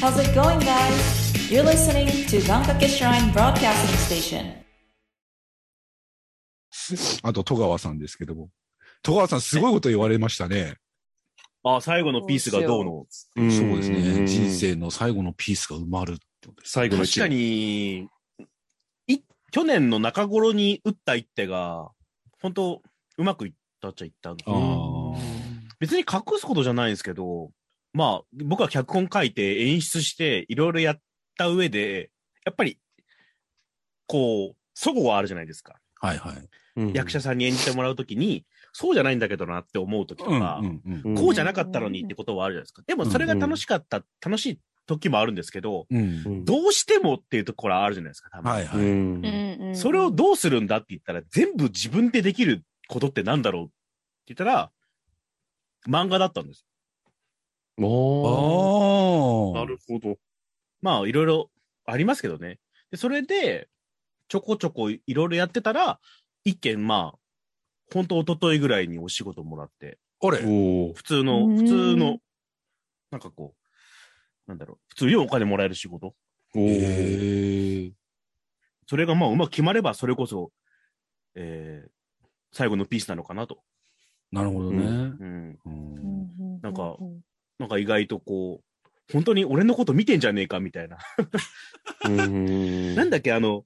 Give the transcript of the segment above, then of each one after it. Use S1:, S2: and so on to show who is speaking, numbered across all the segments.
S1: How's it going, guys? You're listening to Gankake Shrine Broadcasting Station.
S2: あと戸川さんですけども。戸川さん、すごいこと言われましたね。
S3: あ、最後のピースがどうの。
S4: そう
S2: そうですね。人。生の最後のピースが埋まるってことです。
S3: 最後の確かに、い、去年の中頃に打った一手が、本当うまくいったっちゃいったのか
S2: あ
S3: な
S2: ー
S3: 別に隠すことじゃないんですけど、まあ、僕は脚本書いて演出して、いろいろやった上で、やっぱり、こう、祖語はあるじゃないですか。
S2: はいはい。
S3: 役者
S4: さ
S3: さんに演じてもらうときに、そうじゃないんだけどなって思うときと
S2: うん
S3: か、
S2: うんうん。
S4: ん
S3: こうじゃなかったのにってことはあるじゃないですか。でもそれが楽しかった、楽しい時もあるんですけど、
S2: うん
S4: ん
S3: どうしてもっていうところはあるじゃないですか、多分。
S2: はいうはい。
S4: ん
S3: それをどうするんだって言ったら、全部自分でできることってなんだろうって言ったら、漫画だったんです。
S4: おー
S2: あ
S4: なるほど。
S3: まあ、いろいろありますけどね。で、それで、ちょこちょこいろいろやってたら、一件、まあ、本当一昨日ぐらいにお仕事もらって、
S2: あ。あれ
S4: お
S3: 普通の、
S1: うん
S3: 普通の、なんかこう、なんだろう、普通にお金もらえる仕事。
S4: おー
S3: それがまあ、うまく決まれば、それこそ、えー、最後のピースなのかなと。
S2: なるほどね。
S3: うん。
S2: うん
S3: なんかなんか意外とこう、本当に俺のこと見てんじゃねえかみたいな。
S4: うん
S3: なんだっけ、あの、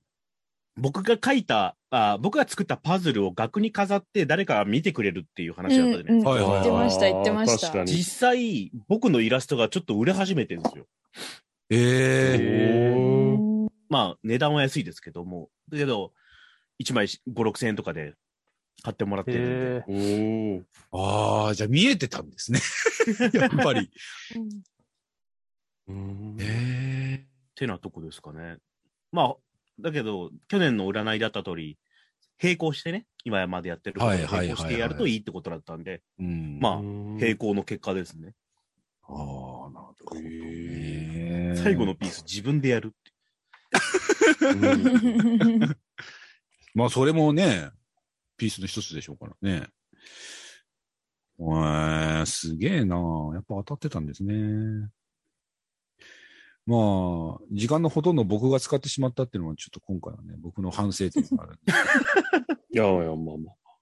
S3: 僕が書いたあ、僕が作ったパズルを額に飾って誰かが見てくれるっていう話だったじゃないですか。
S2: はいはい
S1: 言ってました言ってました
S4: 確かに。
S3: 実際、僕のイラストがちょっと売れ始めてるんですよ。
S2: ええ。
S4: おー
S3: まあ、値段は安いですけども。だけど、1枚5、6千円とかで買ってもらってるんで。
S4: おー
S2: ああ、じゃあ見えてたん ですね。やっぱり。
S4: うん
S2: ええ。
S3: てなとこですかね。まあ、だけど、去年の占いだった通り、並行してね、今までやってることを
S2: はいはいはいはい
S3: 並行してやるといいってことだったんで、
S2: うん
S3: まあ
S4: うん
S3: 並行の結果ですね。
S2: ああ、なるほど
S3: へ
S2: ね。
S3: 最後のピース自分でやるって。
S4: うん
S2: まあ、それもね、ピースの一つでしょうからね。えー、すげえなやっぱ当たってたんですね。まあ、時間のほとんど僕が使ってしまったっていうのは、ちょっと今回はね、僕の反省点がある。
S4: いやいや、まあまあ。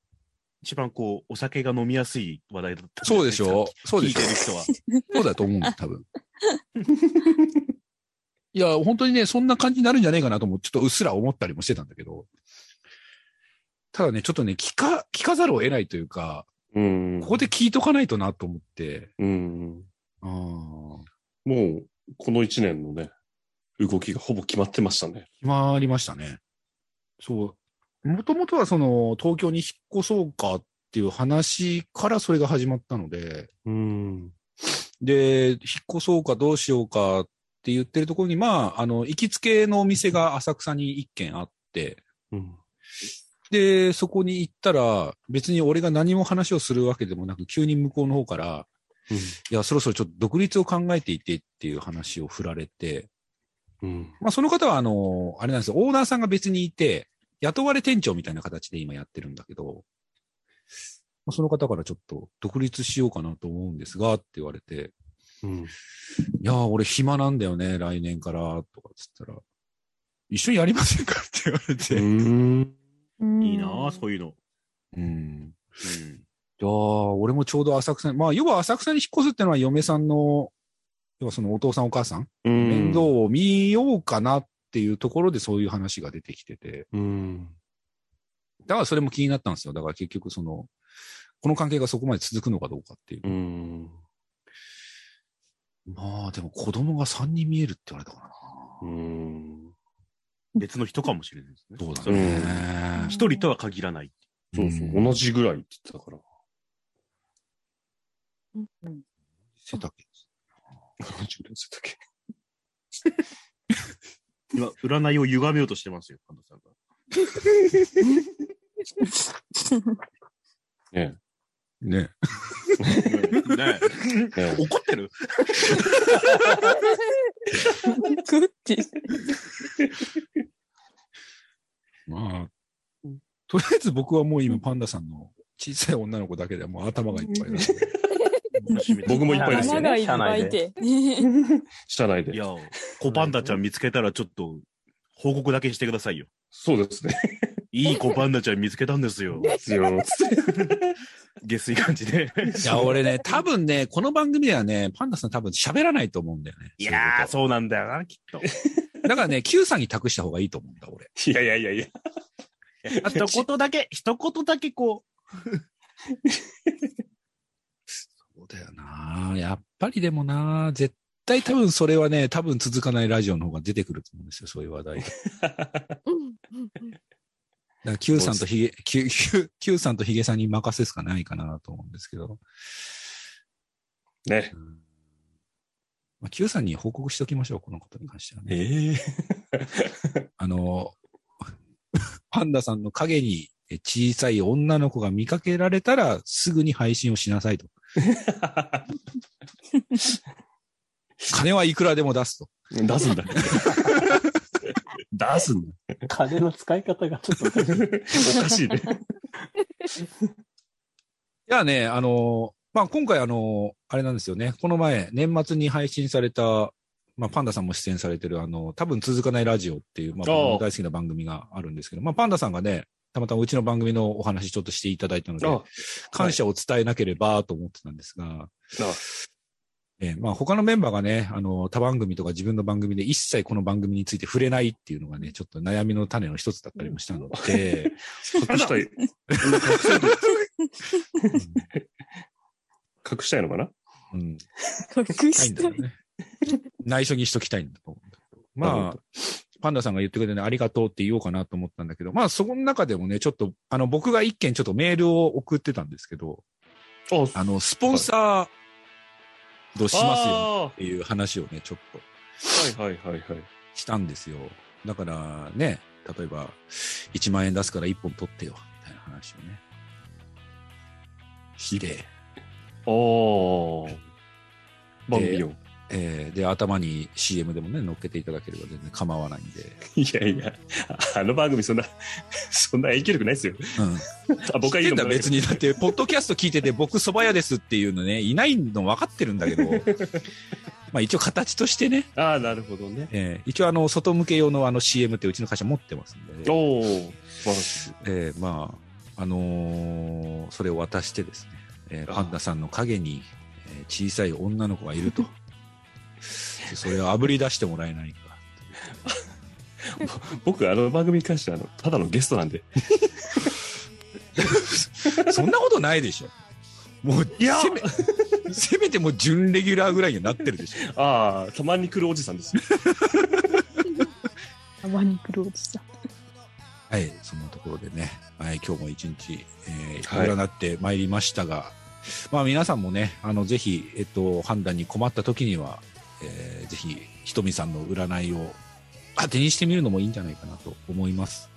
S3: 一番こう、お酒が飲みやすい話題だっ た。
S2: そうでしょうそうで
S3: 聞い
S2: してょ
S3: る
S2: う
S3: 人
S2: そ
S3: は。
S2: うだと 思うんです、多分。いや、本当にね、そんな感じになるんじゃないかなとも、ちょっとうっすら思ったりもしてたんだけど。ただね、ちょっとね、聞か、聞かざるを得ないというか、
S4: うん
S2: ここで聞いとかないとなと思って。
S4: うん
S2: ああ。
S4: もう、この一年のね、動きがほぼ決まってましたね。
S2: 決まりましたね。そう。もともとはその、東京に引っ越そうかっていう話からそれが始まったので、
S4: うん。
S2: で、引っ越そうかどうしようかって言ってるところに、まあ、あの、行きつけのお店が浅草に一軒あって、
S4: うん。
S2: で、そこに行ったら、別に俺が何も話をするわけでもなく、急に向こうの方から、いや、そろそろちょっと独立を考えていてっていう話を振られて、
S4: うん。
S2: まあ、その方は、あの、あれなんですよ、オーナーさんが別にいて、雇われ店長みたいな形で今やってるんだけど、まあ、その方からちょっと独立しようかなと思うんですが、って言われて、
S4: うん。
S2: いやー、俺暇なんだよね、来年から、とかっつったら、一緒にやりませんかって言われて、うん。
S4: うん。
S3: いいなぁ、そういうの。
S2: いやー俺もちょうど浅草に、まあ、要は浅草に引っ越すってのは嫁さんの、要はそのお父さんお母さん、
S4: うん
S2: 面倒を見ようかなっていうところでそういう話が出てきてて、
S4: うん。
S2: だからそれも気になったんですよ。だから結局その、この関係がそこまで続くのかどうかっていう
S4: う。ん。
S2: まあでも子供が3人見えるって言われたからな。
S4: うん。
S3: うん。別の人かもしれないですね。
S2: そうだ
S3: れ
S2: ね。
S3: 一人とは限らない。
S4: そうそう。同じぐらいって言ってたから。
S2: 背丈です
S4: 同じぐらいって言って
S3: 今、占いを歪めようとしてますよ、神田さんが。
S4: たっけ。ね
S2: ね。
S3: ね
S4: え。ね
S3: え 怒ってる
S2: まあ、とりあえず僕はもう今パンダさんの小さい女の子だけでもう頭がいっぱいなんで。
S4: 僕もいっぱいですよ
S5: 穴
S4: ね。
S5: がいっぱいいて。 ね
S4: 社内で
S3: い。や、コパンダちゃん見つけたらちょっと報告だけしてくださいよ。
S4: そうですね。
S3: いいコパンダちゃん見つけたんです よ。
S4: 必要なつって
S3: 下水感じで。
S2: いや、俺ね、多分ね、この番組ではね、パンダさん多分喋らないと思うんだよね。
S3: いやー、
S2: そ
S3: そうなんだよな、きっと。
S2: ういうことだからね、Q さんに託した方がいいと思うんだ、俺。
S4: いやいやいやいや。
S3: 一言だけ、一言だけこ
S2: そうだよなやっぱりでもな絶対多分それはね、多分続かないラジオの方が出てくると思うんですよ、そういう話題。だか
S5: うんうんうん
S2: ら Q さんとヒゲ、Q、Q、Q さんとヒゲさんに任せすかないかなと思うんですけど。
S4: ね。
S2: うんまあ、Q さんに報告しておきましょう、このことに関してはね。
S4: ええ
S2: あの、 パンダさんの影にえ小さい女の子が見かけられたら、すぐに配信をしなさいと。金はいくらでも出すと。
S4: 出すんだ。
S2: 出すんだ。
S6: 金の使い方がちょっとおかしい。
S4: おかしいね。
S2: いやね、あの、まあ、今回あの、あれなんですよね。この前、年末に配信された、まあ、パンダさんも出演されてる、あの、多分続かないラジオっていう、まあ、僕
S4: ああ
S2: の大好きな番組があるんですけど、まあ、パンダさんがね、たまたまうちの番組のお話ちょっとしていただいたので、
S4: あ
S2: 感謝を伝えなければと思ってたんですが、
S4: あ
S2: えーまあ他のメンバーがね、あの、他番組とか自分の番組で一切この番組について触れないっていうのがね、ちょっと悩みの種の一つだったりもしたの で、
S4: 隠したい。隠したいのかな
S2: うん、うん
S5: 隠
S2: ない
S5: し
S2: んだ
S5: た
S2: よ ね。内緒にしときたいんだと思うんだけど。ま
S4: なるほ
S2: あ、パンダさんが言ってくれてね、ありがとうって言おうかなと思ったんだけど、まあそこの中でもね、ちょっと、あの、僕が一件ちょっとメールを送ってたんですけど、あの、スポンサー、どうしますよね
S4: よ
S2: っ。ていう話をね、ちょっと。
S4: はいはいはいはい。
S2: したんですよ。だからね、例えば、1万円出すから1本取ってよ、みたいな話をね。して、
S4: おー。バンビオン。
S2: えーで、頭に CM でもね、乗っけていただければ全然構わないんで。
S4: いやいや、あの番組そんな、そんな影響力ないですよ。
S2: うん。
S4: あ僕は言うの
S2: だ
S4: も
S2: 別に。だって、ポッドキャスト聞いてて、僕蕎麦屋ですっていうのね、いないの分かってるんだけ ど、まあ一応形としてね、
S4: ああ、なるほどね。
S2: えー一応あの、外向け用のあの CM ってうちの会社持ってますんで、
S4: おお、素晴らしい。
S2: えーまあ、あのーそれを渡してですね、えー
S4: あー
S2: パンダさんの影に、えー小さい女の子がいると。それを炙り出してもらえないか。
S4: 僕、あの番組に関してはあの、ただのゲストなんで。
S2: そんなことないでしょ。もう、
S4: いや
S2: せめ、せめてもう準レギュラーぐらいにはなってるでしょ。
S4: ああ、たまに来るおじさんです。
S5: たまに来るおじさん。
S2: はい、そんなところでね、はい、今日も一日、えー、
S4: はい
S2: 占ってまいりましたが、まあ皆さんもね、あの、ぜひ、えっと、判断に困った時には、えーぜひ、ひとみさんの占いを当てにしてみるのもいいんじゃないかなと思います。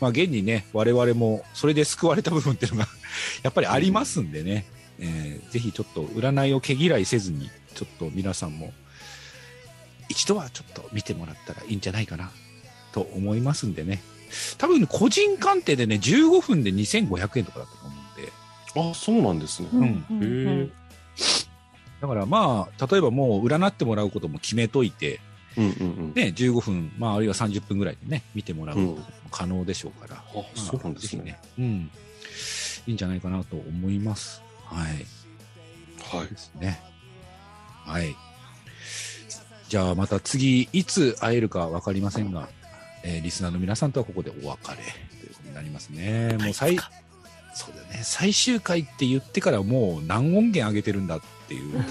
S2: まあ現にね、我々もそれで救われた部分っていうのが やっぱりありますんでね、えーぜひちょっと占いを毛嫌いせずに、ちょっと皆さんも一度はちょっと見てもらったらいいんじゃないかなと思いますんでね。多分個人鑑定でね、15分で2500円とかだったと思うんで、
S4: あそうなんですね。
S2: うん
S5: うんうん
S4: へ
S2: だからまあ、例えばもう占ってもらうことも決めといて、
S4: え。うんうん
S2: ね、15分、まああるいは30分ぐらいでね、見てもらうことも可能でしょうから、
S4: うん。あそうなん
S2: まあ
S4: ですね。
S2: ぜひねうん。いいんじゃないかなと思います。はい。
S4: はい。
S2: ですね。はい。じゃあまた次、いつ会えるかわかりませんが、えーリスナーの皆さんとはここでお別れということになりますね。もう最、そうだよね。最終回って言ってからもう何音源上げてるんだっていう。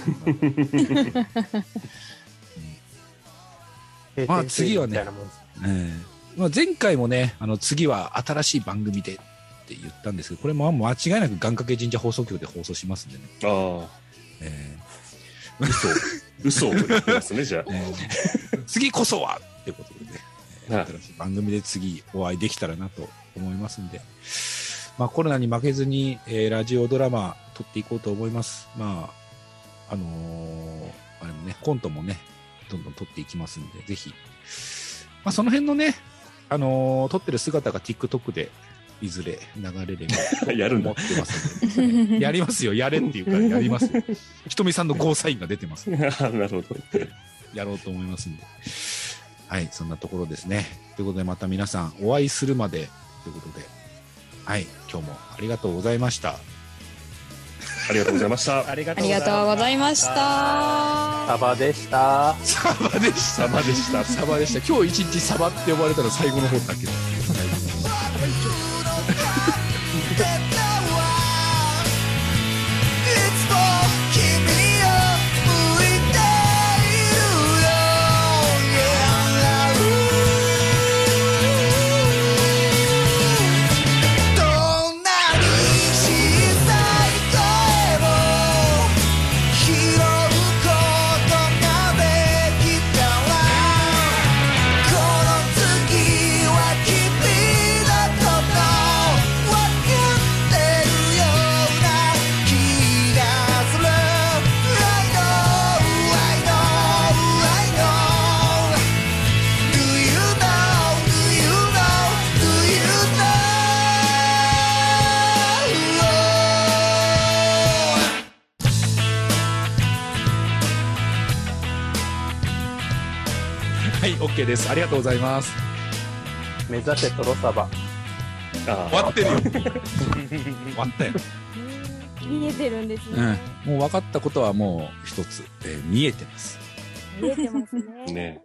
S7: う
S2: まあ次はね
S7: みたいなもんです
S2: うんまあ、前回もね、あの次は新しい番組でって言ったんですけど、これも間違いなく願掛け神社放送局で放送しますんでね。
S4: あ
S2: え
S4: あ、嘘。嘘を言ってますね、じゃ
S2: ーね 次こそはってことでね、
S4: あ。はい
S2: 新しい番組で次お会いできたらなと思いますんで、まあ、コロナに負けずに、えーラジオドラマ撮っていこうと思います。まあ、あのーあれもね、コントもね、どんどん撮っていきますんで、ぜひ、まあ、その辺のね、あのー撮ってる姿が TikTok で、いずれ流れれば
S4: やるん
S2: 思
S4: だ
S2: っ。てますんでやりますよ、やれっていうからやりますよ。ひとみさんのゴーサインが出てます。
S4: なるほど。
S2: やろうと思いますんで。はい、そんなところですね。ということで、また皆さんお会いするまでということで、はい、今日もありがとうございました。
S4: ありがとうございました。
S3: ありが
S5: ありがとうございまし。
S6: サ
S5: た。
S6: バでした。
S2: サバでした。
S4: サバでした
S2: サバでした。今日一日サバって呼ばれたら最後の方だけど。
S7: 「いつも君を向いているよ」「どんなに小さい声も拾うことができたら」「この月は君のことわかってるような気がする」「I know, I know, I know」Do you know? Do you know? Do you know?
S2: はい、OK です。ありがとうございます。
S6: 目指せトロサバ。
S4: あ
S2: 終わってるよ。 終わったよ。
S8: 見えてるんです
S2: うん
S8: ね。
S2: もう分かったことはもう一つ、えー見えてます。
S8: 見えてます
S4: ー
S8: ね。
S4: ね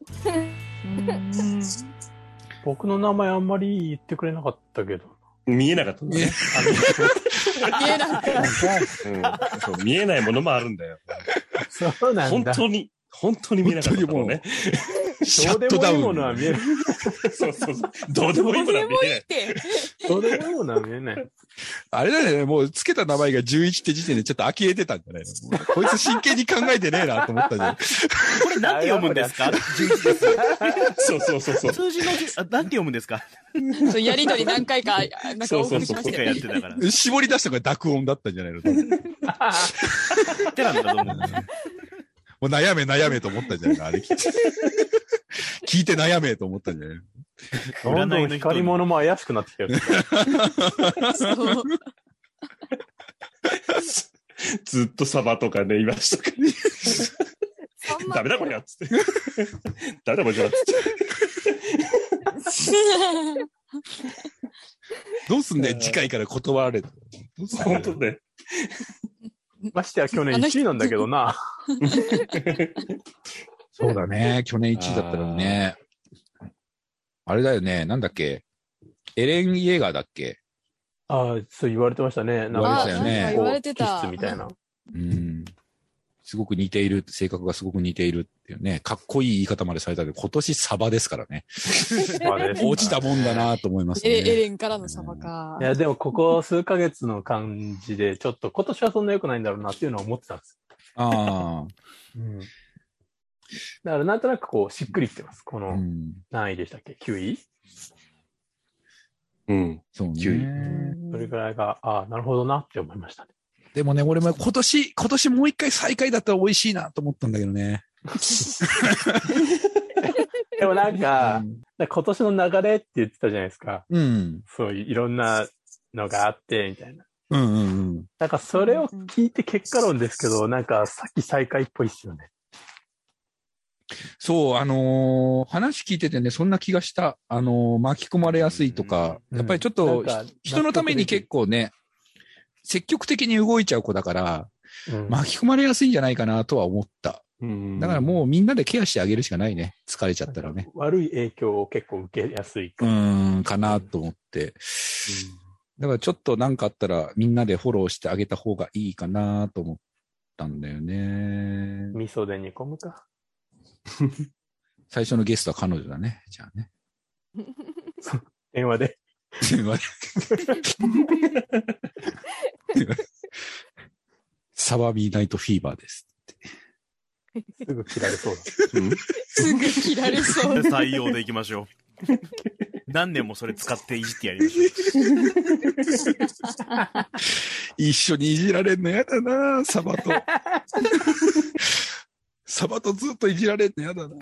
S6: 僕の名前あんまり言ってくれなかったけど。
S4: 見えなかったんだね。
S5: 見えなかっ
S4: うんそう見えないものもあるんだよ。
S6: そうな
S4: 本
S6: んだ。
S4: 当に、本当に見えなかったもんね。
S2: シ
S6: ど
S2: ャ
S6: うで
S2: ットダ
S6: も
S2: ウ
S6: いい
S2: ン。
S6: ものは見えない。
S4: そうそうそう。どうでもいいものは見えない。
S5: て。
S6: どうでもいいものは見えない。
S2: あれだよね、もうつけた名前が11って時点でちょっと呆れてたんじゃないのもうこいつ真剣に考えてねえなと思ったんで。
S3: これなんて読むんですか ?11 です。
S4: そうそうそうそう。
S3: 数字の10、あなんて読むんですか
S5: そうやりとり何回か、あなんか
S4: そう
S5: お
S4: そ
S5: 送
S4: う
S5: りし
S4: そう
S5: まし
S3: 世
S5: た
S3: 界
S5: よ
S3: やっ
S5: ね
S3: て。たから。
S2: 絞り出したのが濁音だったんじゃないの多分も
S3: ってなんだと思うんですよ。
S2: う悩め悩めと思ったんじゃないのあれ聞いて。聞いて悩めと思ったんじゃないの
S6: どんどん光り物も怪しくなってきてる。
S5: そう
S4: ずっとサバとかね、いましたか
S8: そ
S4: ら。
S8: んな
S4: ダメだこりゃっつって。ダメだこりゃっつって。
S2: どうすんね次回から断られた。どうすん
S4: 本当ね。
S6: ましてや去年1位なんだけどな。
S2: そうだね。去年1位だったのにね。あれだよね。なんだっけ。エレン・イエガーだっけ。
S6: ああ、そう言われてましたね。なん
S2: 言わ
S6: か
S2: れてたよね
S6: こう
S5: あ言われてた
S6: 気質みたいな。
S2: うん。すごく似ている。性格がすごく似ているっていうね。かっこいい言い方までされたけど、今年サバですからね。
S6: まあね
S2: 落ちたもんだなと思いま す
S5: エレエ
S2: ね。
S5: レンからのサバか
S6: い。や、でもここ数ヶ月の感じで、ちょっと今年はそんな良くないんだろうなっていうのは思ってたんです。
S2: あ
S6: うん。だからなんとなくこう、しっくりきてます。こ
S2: あ。
S6: の、
S2: うん。
S6: 何位でしたっけ ?9 位
S4: うん。
S2: そう
S4: 九位
S2: ね。
S6: それぐらいが、ああ、なるほどなって思いましたね。
S2: でもね、俺も今年、今年もう一回最下位だったら美味しいなと思ったんだけどね。
S6: でもなんか、なんか今年の流れって言ってたじゃないですか。
S2: うん。
S6: そういういろんなのがあって、みたいな。
S2: うんうんうん。
S6: なんかそれを聞いて結果論ですけど、なんかさっき最下位っぽいっすよね。
S2: そう、あのー話聞いててね、そんな気がした。あのー巻き込まれやすいとか、
S6: うん
S2: やっぱりちょっ
S6: な
S2: と
S6: ん、か
S2: 人のために結構ね、積極的に動いちゃう子だから、
S6: うん
S2: 巻き込まれやすいんじゃないかなとは思った。
S4: うん
S2: だからもうみんなでケアしてあげるしかないね。疲れちゃったらね。
S6: 悪い影響を結構受けやすいか
S2: う
S6: ら。
S2: ーん、かなと思って。だからちょっとなんかあったらみんなでフォローしてあげた方がいいかなと思ったんだよね。
S6: 味噌で煮込むか。
S2: 最初のゲストは彼女だね。じゃあね。
S6: 電話で。
S2: 電話でサバミーナイトフィーバーです。
S6: すぐ切られそ うだ。
S5: すぐ切られそう。
S3: 採用でいきましょう。何年もそれ使っていじってやりましょう。
S2: 一緒にいじられんのやだなサバ と。サバとずっといじられんのやだな。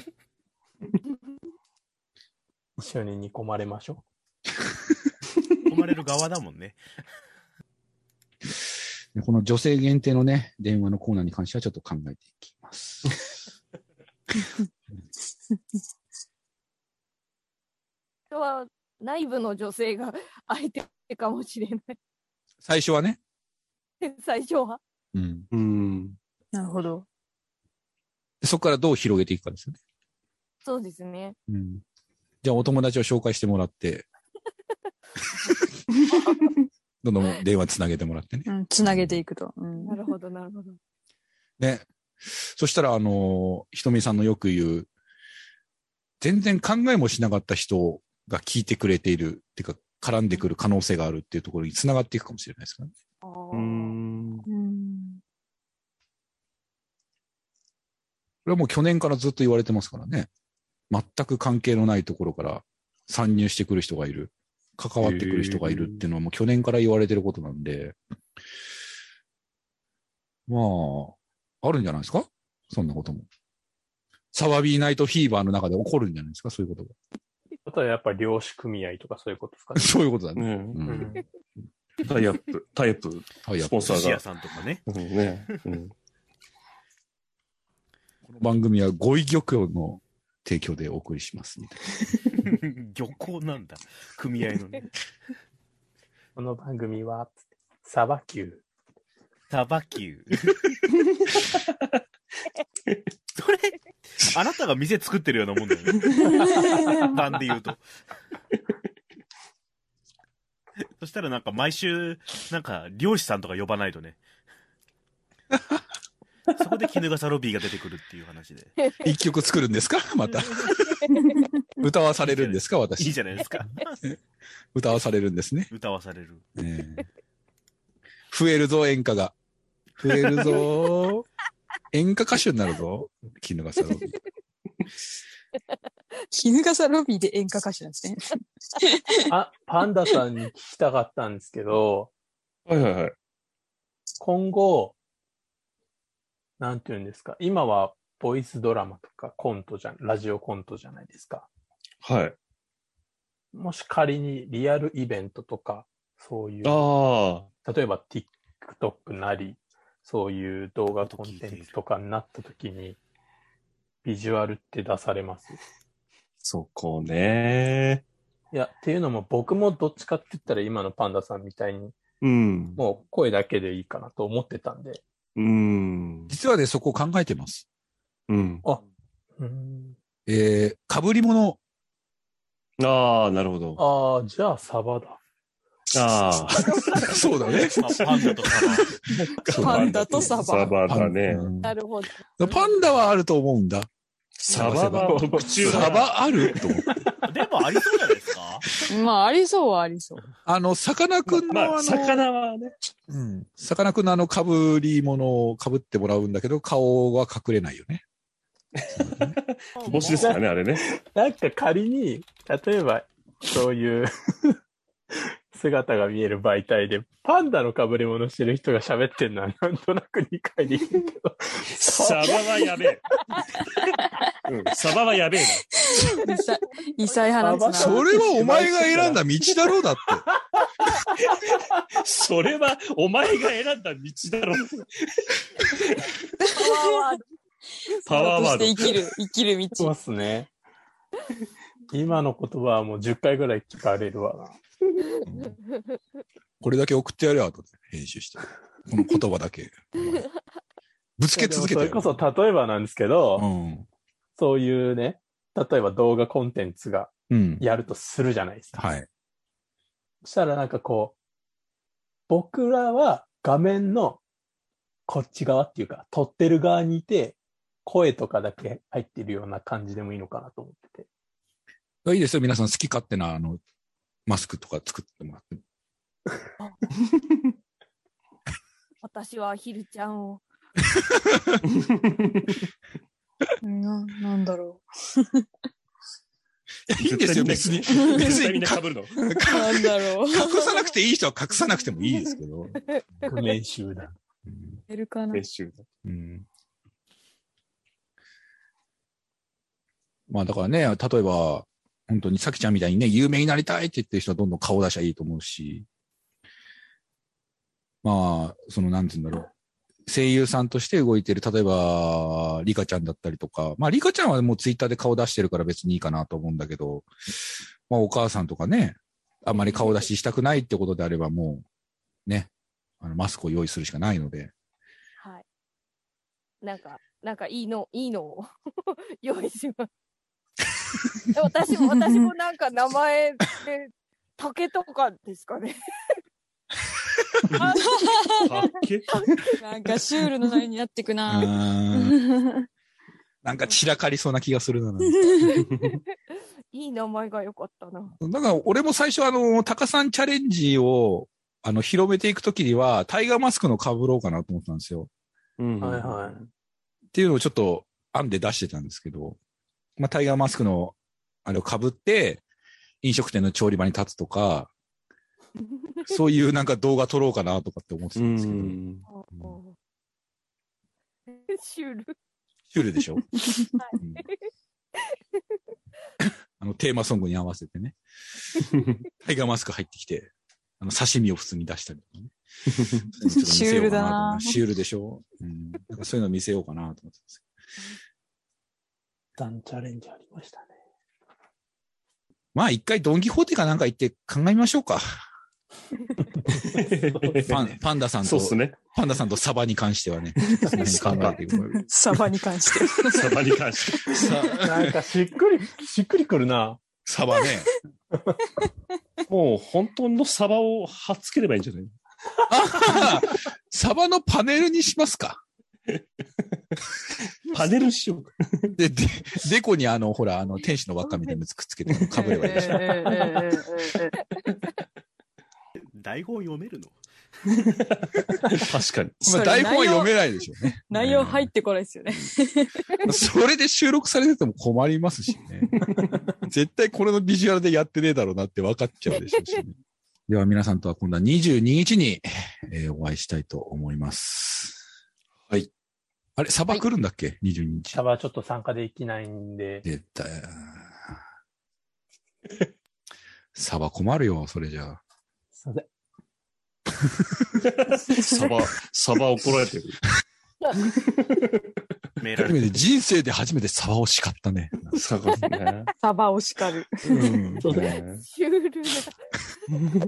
S6: 一緒に煮込まれましょ
S3: おまれる側だもんね。
S2: でこの女性限定のね、電話のコーナーに関してはちょっと考えていきます。
S8: 人は内部の女性が相手かもしれない。
S2: 最初はね。
S8: 最初は。
S2: うん。
S4: うん。
S5: なるほど。
S2: でそこからどう広げていくかですよね。
S8: そうですね。
S2: うん。じゃあお友達を紹介してもら って、どんどん電話つなげてもらってね。
S5: うん、つなげていくと。うん
S8: なるほど、なるほど。
S2: ね。そしたら、あのーひとみさんのよく言う、全然考えもしなかった人が聞いてくれている、っていうか、絡んでくる可能性があるっていうところに繋がっていくかもしれないですからね。
S8: あ
S4: う
S8: ー
S4: ん。
S5: うん
S2: これはもう去年からずっと言われてますからね。全く関係のないところから参入してくる人がいる。関わってくる人がいるっていうのはもう去年から言われてることなんで。まあ、あるんじゃないですかそんなことも。サワビーナイトフィーバーの中で起こるんじゃないですかそういうこと
S6: あとはやっぱり漁師組合とかそういうことですか
S2: が。
S6: ね。
S2: そういうことだね。
S4: ね
S2: うん。
S4: タイアップ、タイアップ。
S2: はい、やっぱ
S4: スポ
S2: り
S4: ン
S3: 寿
S4: サー
S3: 司屋
S4: が。
S3: さんと かね。
S4: うんね。うん
S2: この番組は語彙漁協の提供でお送りしますみたい
S3: 漁港なんだ。組合のね。
S6: この番組は、サバキュー。
S3: タバキュ ー。それ、あなたが店作ってるようなもんだよ ね。なんで言うと。そしたらなんか毎週、なんか漁師さんとか呼ばないとね。そこで衣笠ロビーが出てくるっていう話で。
S2: な。一曲作るんですかまた。歌わされるんですか
S3: いい
S2: 私。
S3: じゃないですか。
S2: 歌わされるんですね。
S3: 歌わされる。
S2: ええ増えるぞ、演歌が。増えるぞ。演歌歌手になるぞ。絹笠ロビー。
S5: 衣笠ロビーで演歌歌手なんですね。
S6: あ、パンダさんに聞きたかったんですけど、
S4: はいはいはい。
S6: 今後、なんて言うんですか、今はボイスドラマとかコントじゃん、ラジオコントじゃないですか。
S4: はい。
S6: もし仮にリアルイベントとか、そういう、
S4: あ
S6: 例えば TikTok なり、そういう動画コンテンツとかになった時に、ビジュアルって出されます
S4: あ、そこね。
S6: いや、っていうのも僕もどっちかって言ったら今のパンダさんみたいに、
S4: うん。
S6: もう声だけでいいかなと思ってたんで。
S4: うん。
S2: 実はね、そこ考えてます。
S4: うん。
S6: うん。
S2: えー、被り物。
S4: ああ、なるほど。
S6: ああ、じゃあサバだ。
S4: あ
S2: そうだね。
S3: まあ、パンダとかは
S4: あ。
S5: パンダとサバ
S4: サバだね。
S2: うん
S8: なるほど。
S2: パンダはあると思うんだ。
S4: サバだ。口は
S2: サバあると思って。
S3: でもありそうじゃないですか。
S5: まあ、ありそうはあり そう。
S2: あの、さかなクンのあの、
S4: まあ、魚はね。
S2: うん。さかなクンのあの、被り物を被ってもらうんだけど、顔は隠れないよね。
S4: 帽子ですからね、あれね。
S6: なんか仮に、例えば、そういう 姿が見える媒体で、パンダの被り物してる人が喋ってんのはなんとなく理解できるけど、
S4: サバはやべえ。うん、サバはやべえ
S5: 異彩異彩放つな。
S6: サ
S2: そ
S6: バ
S2: れはお前が選んだ道だろうだって。
S4: な。それは、お前が選んだ道だろ。パワーワー
S5: そ
S4: ド
S5: れとして生きる、生きる
S6: そう
S5: 道
S6: っ。すね。今の言葉はもう10回ぐらい聞かれるわな。
S2: これだけ送ってやるよ、後で編集して。この言葉だ け。ぶつけ続けて
S6: そ
S2: や
S6: れ
S2: る
S6: こそ例えばなんですけど、
S2: うん。
S6: そういうね、例えば動画コンテンツが
S2: うん。
S6: やるとするじゃないですか。
S2: はい。
S6: そしたらなんかこう、僕らは画面のこっち側っていうか、撮ってる側にいて、声とかだけ入ってるような感じでもいいのかなと思って て。
S2: いいですよ、皆さん好き勝手な、あの、マスクとか作ってもらって。
S8: 私はアヒルちゃんを。
S5: な、なんだろ
S2: いいんですよ、別に。別
S4: 絶対みん
S2: に
S4: な被るの。
S5: う。なんだろう。
S2: 隠さなくていい人は隠さなくてもいいですけど。
S6: 練習だ。
S5: いるかな。
S4: 練習
S2: うん。まあだからね、例えば、本当にさきちゃんみたいにね、有名になりたいって言ってる人はどんどん顔出しゃいいと思うし、まあ、その、なんて言うんだろう。声優さんとして動いてる、例えば、リカちゃんだったりとか、まあ、リカちゃんはもうツイッターで顔出してるから別にいいかなと思うんだけど、まあ、お母さんとかね、あんまり顔出ししたくないってことであれば、もう、ね、あのマスクを用意するしかないので、
S8: はい。なんか、なんかいいの、いいのを 用意し ます。で私も、私もなんか名前で、竹とかですかね。あ
S4: 竹
S5: なんかシュールなのになってく
S2: う
S5: な。
S2: ーん、なんか散らかりそうな気がするな。なんか
S8: いい名前が良かったな。
S2: だから俺も最初あの、タカさんチャレンジをあの広めていくときには、タイガーマスクの被ろうかなと思ったんですよ。
S4: うん。
S6: はいは
S2: っていうのをちょっと編んで出してたんですけど、まあタイガーマスクのあれを被って、飲食店の調理場に立つとか、そういうなんか動画撮ろうかなとかって思ってた
S4: うん
S2: ですけど、
S4: ん。
S8: シュール。
S2: シュールでしょ、うんあの、テーマソングに合わせてね、タイガーマスク入ってきて、あの、刺身を普通に出したりとかね。 そういうのちょっと見せようかと思いますシュールでしょうん。なんかそういうの見せようかなと思ってます。
S6: ダンチャレンジありましたね。
S2: まあ一回ドンキホーテかなんか行って考えましょうか。パンパンダさん
S4: そ
S2: と
S4: うっ、すね。
S2: パンダさんとサバに関してはね、その辺考えていこう
S5: サバに関して。
S4: サバに関して。
S6: なんかしっくり、しっくりくるな。
S2: サバ ね。
S4: もう本当のサバを貼っつければいいんじゃない
S2: サバのパネルにしますか。
S4: パネルしようか。
S2: で、で、でこにあの、ほら、あの、天使の輪っかみたいなやつくっつけて、かぶればいいでしょ。
S3: 台本読めるの
S4: 確かに。
S2: まあ、台本は読めないでしょうね。
S5: 内容入ってこないですよね。
S2: それで収録されてても困りますしね。絶対これのビジュアルでやってねえだろうなって分かっちゃうでしょうしね。では皆さんとは今度は22日に、えーお会いしたいと思います。
S4: はい。
S2: あれ、サバ来るんだっけ、?22 日
S6: サ。バはちょっと参加できないんで、
S2: 絶対。サバ困るよ、それじゃあ。
S6: すいません。
S4: サバ、サバ怒られてる。
S3: メ ールあ
S2: 初め
S3: る
S2: て人生で初めてサバを叱ったね。
S4: サバね。
S5: サバを叱る。
S2: うん
S6: そうだね
S4: ね
S8: シュールな。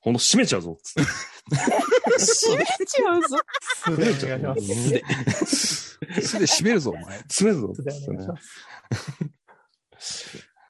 S4: ほんと閉めちゃうぞ。つって
S5: 閉めちゃうぞ。
S6: お願いします。
S4: 素手
S2: 素で締めるぞ、お前。
S4: 詰めるぞ。
S6: 素手お願いします。